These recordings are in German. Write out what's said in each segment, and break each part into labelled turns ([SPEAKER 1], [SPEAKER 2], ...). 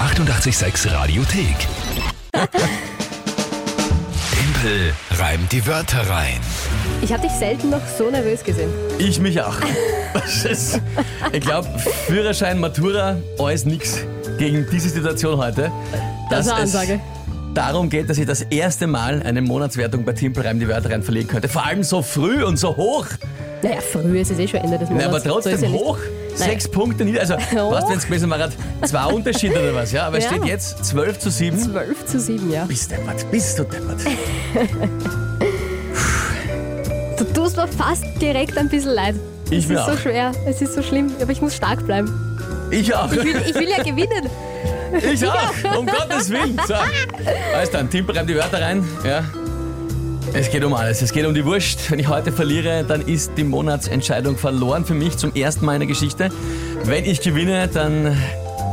[SPEAKER 1] 886 Radiothek. Tempel reimt die Wörter rein.
[SPEAKER 2] Ich habe dich selten noch so nervös gesehen.
[SPEAKER 3] Ich mich auch. Das ist, ich glaube, Führerschein, Matura, alles nix gegen diese Situation heute.
[SPEAKER 2] Das war
[SPEAKER 3] dass es
[SPEAKER 2] Also Ansage.
[SPEAKER 3] Darum geht, dass ich das erste Mal eine Monatswertung bei Timpelreim die Wörter rein verlegen könnte. Vor allem so früh und so hoch.
[SPEAKER 2] Naja, früh ist es eh schon Ende des
[SPEAKER 3] Ja,
[SPEAKER 2] Monats.
[SPEAKER 3] aber trotzdem
[SPEAKER 2] ist ja nicht-
[SPEAKER 3] hoch. Sechs Punkte nieder. Also,
[SPEAKER 2] Hoch.
[SPEAKER 3] was wenn es gewesen wäre, zwei Unterschiede oder was, ja? Aber es
[SPEAKER 2] Ja.
[SPEAKER 3] steht jetzt 12 zu 7.
[SPEAKER 2] 12 zu 7, ja.
[SPEAKER 3] Bist deppert, bist du deppert.
[SPEAKER 2] Du tust mir fast direkt ein bisschen leid.
[SPEAKER 3] Ich
[SPEAKER 2] es
[SPEAKER 3] mir
[SPEAKER 2] ist so
[SPEAKER 3] auch.
[SPEAKER 2] schwer, es ist so schlimm, aber ich muss stark bleiben.
[SPEAKER 3] Ich auch.
[SPEAKER 2] Ich will, ich will ja gewinnen.
[SPEAKER 3] Ich auch, um Gottes Willen. So. Alles dann, Tim reimt die Wörter rein. Ja. Es geht um alles. Es geht um die Wurst. Wenn ich heute verliere, dann ist die Monatsentscheidung verloren für mich zum ersten Mal in der Geschichte. Wenn ich gewinne, dann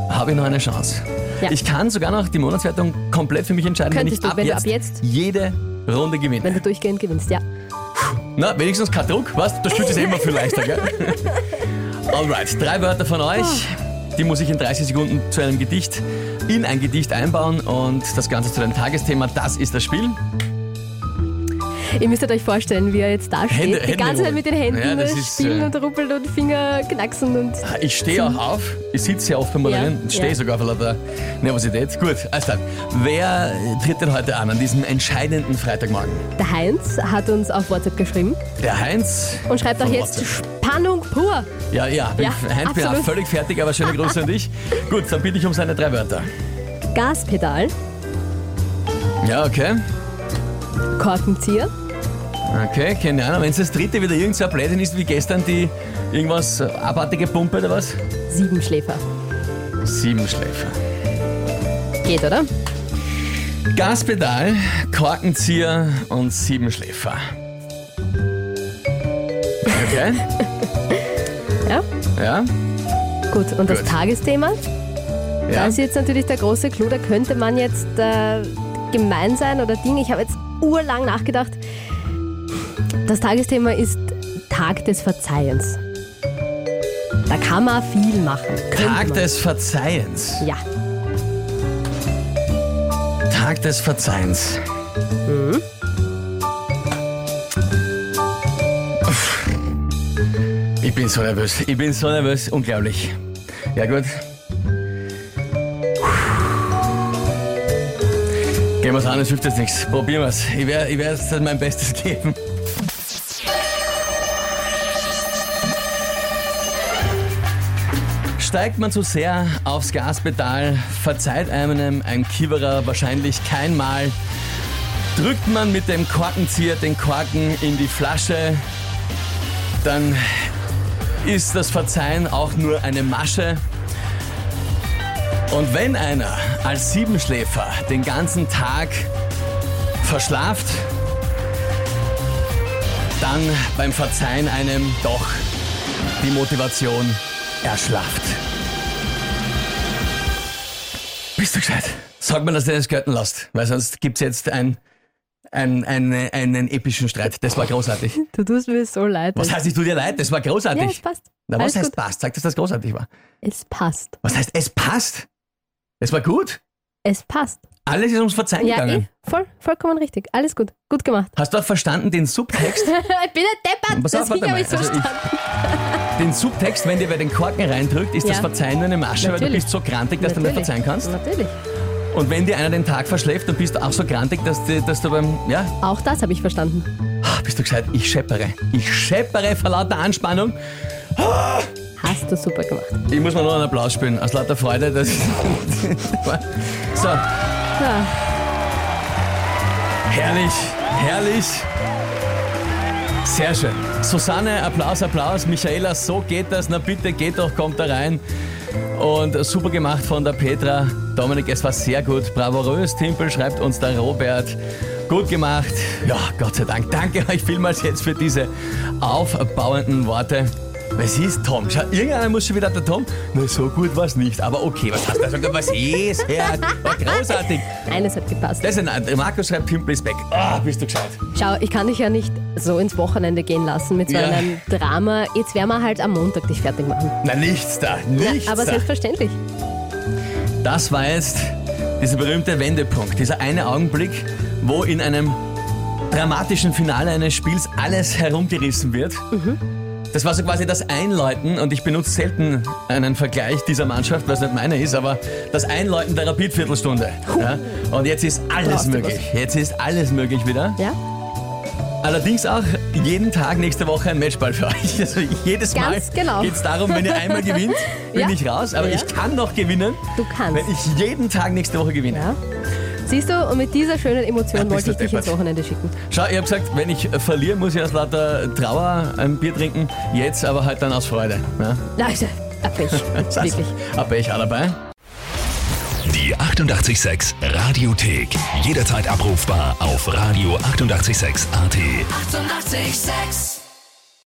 [SPEAKER 3] habe ich noch eine Chance.
[SPEAKER 2] Ja.
[SPEAKER 3] Ich kann sogar noch die Monatswertung komplett für mich entscheiden,
[SPEAKER 2] Könntest
[SPEAKER 3] wenn
[SPEAKER 2] du,
[SPEAKER 3] ich ab,
[SPEAKER 2] wenn du
[SPEAKER 3] jetzt
[SPEAKER 2] ab jetzt-
[SPEAKER 3] jede Runde
[SPEAKER 2] Wenn
[SPEAKER 3] gewinne.
[SPEAKER 2] du durchgehend gewinnst, ja.
[SPEAKER 3] Na, wenigstens kein Druck. Was? Das Spiel ist eh immer viel leichter, gell? Alright, drei Wörter von euch. Die muss ich in 30 Sekunden zu einem Gedicht in ein Gedicht einbauen und das Ganze zu einem Tagesthema. Das ist das Spiel.
[SPEAKER 2] Ihr müsstet euch vorstellen, wie er jetzt da steht.
[SPEAKER 3] Hände-
[SPEAKER 2] die
[SPEAKER 3] Hände
[SPEAKER 2] ganze Zeit
[SPEAKER 3] holen.
[SPEAKER 2] mit den Händen
[SPEAKER 3] Ja, das
[SPEAKER 2] äh,
[SPEAKER 3] ist,
[SPEAKER 2] spielen
[SPEAKER 3] äh,
[SPEAKER 2] und ruppeln und Finger knacksen und.
[SPEAKER 3] Ich stehe auch auf. Ich sitze sehr oft beim
[SPEAKER 2] Hm. Ja,
[SPEAKER 3] Moderieren. stehe
[SPEAKER 2] ja.
[SPEAKER 3] sogar vor lauter Nervosität. Gut, alles dann. Wer tritt denn heute an, an diesem entscheidenden Freitagmorgen?
[SPEAKER 2] Der Heinz hat uns auf WhatsApp geschrieben
[SPEAKER 3] Der Heinz.
[SPEAKER 2] und schreibt auch
[SPEAKER 3] von
[SPEAKER 2] jetzt
[SPEAKER 3] WhatsApp.
[SPEAKER 2] Spannung pur.
[SPEAKER 3] Ja, ja, bin,
[SPEAKER 2] Ja,
[SPEAKER 3] Heinz bin auch
[SPEAKER 2] absolut.
[SPEAKER 3] völlig fertig, aber schöne Grüße an dich. Gut, dann bitte ich um seine drei Wörter.
[SPEAKER 2] Gaspedal,
[SPEAKER 3] Ja, okay.
[SPEAKER 2] Korkenzieher,
[SPEAKER 3] Okay, keine Ahnung. Wenn es das dritte wieder irgend so ein Blödsinn ist wie gestern, die irgendwas äh, abartige Pumpe oder was?
[SPEAKER 2] Siebenschläfer.
[SPEAKER 3] Siebenschläfer.
[SPEAKER 2] Geht, oder?
[SPEAKER 3] Gaspedal, Korkenzieher und Siebenschläfer. Okay,
[SPEAKER 2] Ja.
[SPEAKER 3] ja,
[SPEAKER 2] Gut, und das
[SPEAKER 3] Gut.
[SPEAKER 2] Tagesthema?
[SPEAKER 3] ja.
[SPEAKER 2] Das ist jetzt natürlich der große Clou, da könnte man jetzt äh, gemein sein oder Ding. Ich habe jetzt urlang nachgedacht. Das Tagesthema ist Tag des Verzeihens. Da kann man viel machen. Könnte
[SPEAKER 3] Tag
[SPEAKER 2] man.
[SPEAKER 3] des Verzeihens.
[SPEAKER 2] Ja,
[SPEAKER 3] Tag des Verzeihens. Uff. Ich bin so nervös. Ich bin so nervös. Unglaublich. Ja gut. Gehen wir es an, es hilft jetzt nichts. Probieren wir es. Ich werde ich werd jetzt mein Bestes geben. Steigt man zu sehr aufs Gaspedal, verzeiht einem ein Kiewerer wahrscheinlich kein Mal, drückt man mit dem Korkenzieher den Korken in die Flasche, dann ist das Verzeihen auch nur eine Masche. Und wenn einer als Siebenschläfer den ganzen Tag verschlaft, dann beim Verzeihen einem doch die Motivation erschlafft. Bist du gescheit? Sag mir, dass du das gelten lässt, weil sonst gibt's jetzt ein, ein, ein, einen epischen Streit. Das war großartig.
[SPEAKER 2] du tust mir so leid.
[SPEAKER 3] Was heißt, ich tue dir leid? Das war
[SPEAKER 2] ja, es
[SPEAKER 3] großartig.
[SPEAKER 2] passt.
[SPEAKER 3] Na, was
[SPEAKER 2] Alles
[SPEAKER 3] heißt
[SPEAKER 2] gut.
[SPEAKER 3] passt? Sag, dass das großartig war.
[SPEAKER 2] Es passt.
[SPEAKER 3] Was heißt, es passt? Es war gut.
[SPEAKER 2] Es passt.
[SPEAKER 3] Alles ist ums Verzeihen
[SPEAKER 2] Ja,
[SPEAKER 3] gegangen.
[SPEAKER 2] eh, voll, vollkommen richtig. Alles gut. Gut gemacht.
[SPEAKER 3] Hast du auch verstanden den Subtext?
[SPEAKER 2] ich bin ein Deppert.
[SPEAKER 3] Pass auf,
[SPEAKER 2] das
[SPEAKER 3] warte
[SPEAKER 2] Ding habe
[SPEAKER 3] mal.
[SPEAKER 2] ich so
[SPEAKER 3] Also ich-
[SPEAKER 2] verstanden.
[SPEAKER 3] den Subtext, wenn dir wer den Korken reindrückt, ist
[SPEAKER 2] Ja.
[SPEAKER 3] das Verzeihen nur eine Masche, weil du
[SPEAKER 2] Natürlich.
[SPEAKER 3] bist so grantig, dass du nicht verzeihen kannst.
[SPEAKER 2] Natürlich.
[SPEAKER 3] Und wenn dir einer den Tag verschläft, dann bist du auch so grantig, dass du, dass du beim, ja,
[SPEAKER 2] Auch das habe ich verstanden.
[SPEAKER 3] ah, bist du gescheit, ich scheppere. Ich scheppere vor lauter Anspannung.
[SPEAKER 2] Hast du super gemacht.
[SPEAKER 3] Ich muss mir noch einen Applaus spielen, aus lauter Freude. Das so,
[SPEAKER 2] Ja.
[SPEAKER 3] herrlich, herrlich. Sehr schön. Susanne, Applaus, Applaus. Michaela, so geht das. Na bitte, geht doch, kommt da rein. Und super gemacht von der Petra. Dominik, es war sehr gut. Bravourös Timpel schreibt uns der Robert. Gut gemacht. Ja, Gott sei Dank. Danke euch vielmals jetzt für diese aufbauenden Worte. Was ist Tom? Schau, irgendeiner muss schon wieder der Tom. Na, so gut war es nicht. Aber okay, was hast du gesagt? Was ist, Herr? War großartig.
[SPEAKER 2] Eines hat gepasst.
[SPEAKER 3] Das ist ein, Markus schreibt, Timpel ist back. Ah, bist du gescheit.
[SPEAKER 2] Schau, ich kann dich ja nicht so ins Wochenende gehen lassen mit so
[SPEAKER 3] Ja.
[SPEAKER 2] einem Drama. Jetzt werden wir halt am Montag dich fertig machen.
[SPEAKER 3] Na, nichts da. Nichts
[SPEAKER 2] Aber
[SPEAKER 3] da.
[SPEAKER 2] selbstverständlich.
[SPEAKER 3] Das war jetzt dieser berühmte Wendepunkt, dieser eine Augenblick, wo in einem dramatischen Finale eines Spiels alles herumgerissen wird. Das war so quasi das Einläuten, und ich benutze selten einen Vergleich dieser Mannschaft, weil es nicht meine ist, aber das Einläuten der Rapid-Viertelstunde. Ja? Und jetzt ist alles
[SPEAKER 2] Brauchst du
[SPEAKER 3] möglich. Jetzt ist alles möglich wieder.
[SPEAKER 2] Ja?
[SPEAKER 3] Allerdings auch jeden Tag nächste Woche ein Matchball für euch. Also jedes
[SPEAKER 2] Ganz
[SPEAKER 3] Mal
[SPEAKER 2] genau.
[SPEAKER 3] geht es darum, wenn ihr einmal gewinnt, bin
[SPEAKER 2] Ja.
[SPEAKER 3] ich raus. Aber
[SPEAKER 2] Ja.
[SPEAKER 3] ich kann noch gewinnen,
[SPEAKER 2] Du kannst.
[SPEAKER 3] wenn ich jeden Tag nächste Woche gewinne.
[SPEAKER 2] Ja. Siehst du, und mit dieser schönen Emotion
[SPEAKER 3] Ja, bist
[SPEAKER 2] wollte
[SPEAKER 3] du
[SPEAKER 2] ich dich
[SPEAKER 3] deppert.
[SPEAKER 2] ins Wochenende schicken.
[SPEAKER 3] Schau, ich habe gesagt, wenn ich verliere, muss ich aus lauter Trauer ein Bier trinken. Jetzt aber halt dann aus Freude. Ja?
[SPEAKER 2] Leute, ein Pech.
[SPEAKER 3] Das-
[SPEAKER 2] Wirklich.
[SPEAKER 3] Ein Pech auch dabei.
[SPEAKER 1] Die 886 Radiothek. Jederzeit abrufbar auf radio886.at. 886!
[SPEAKER 4] 886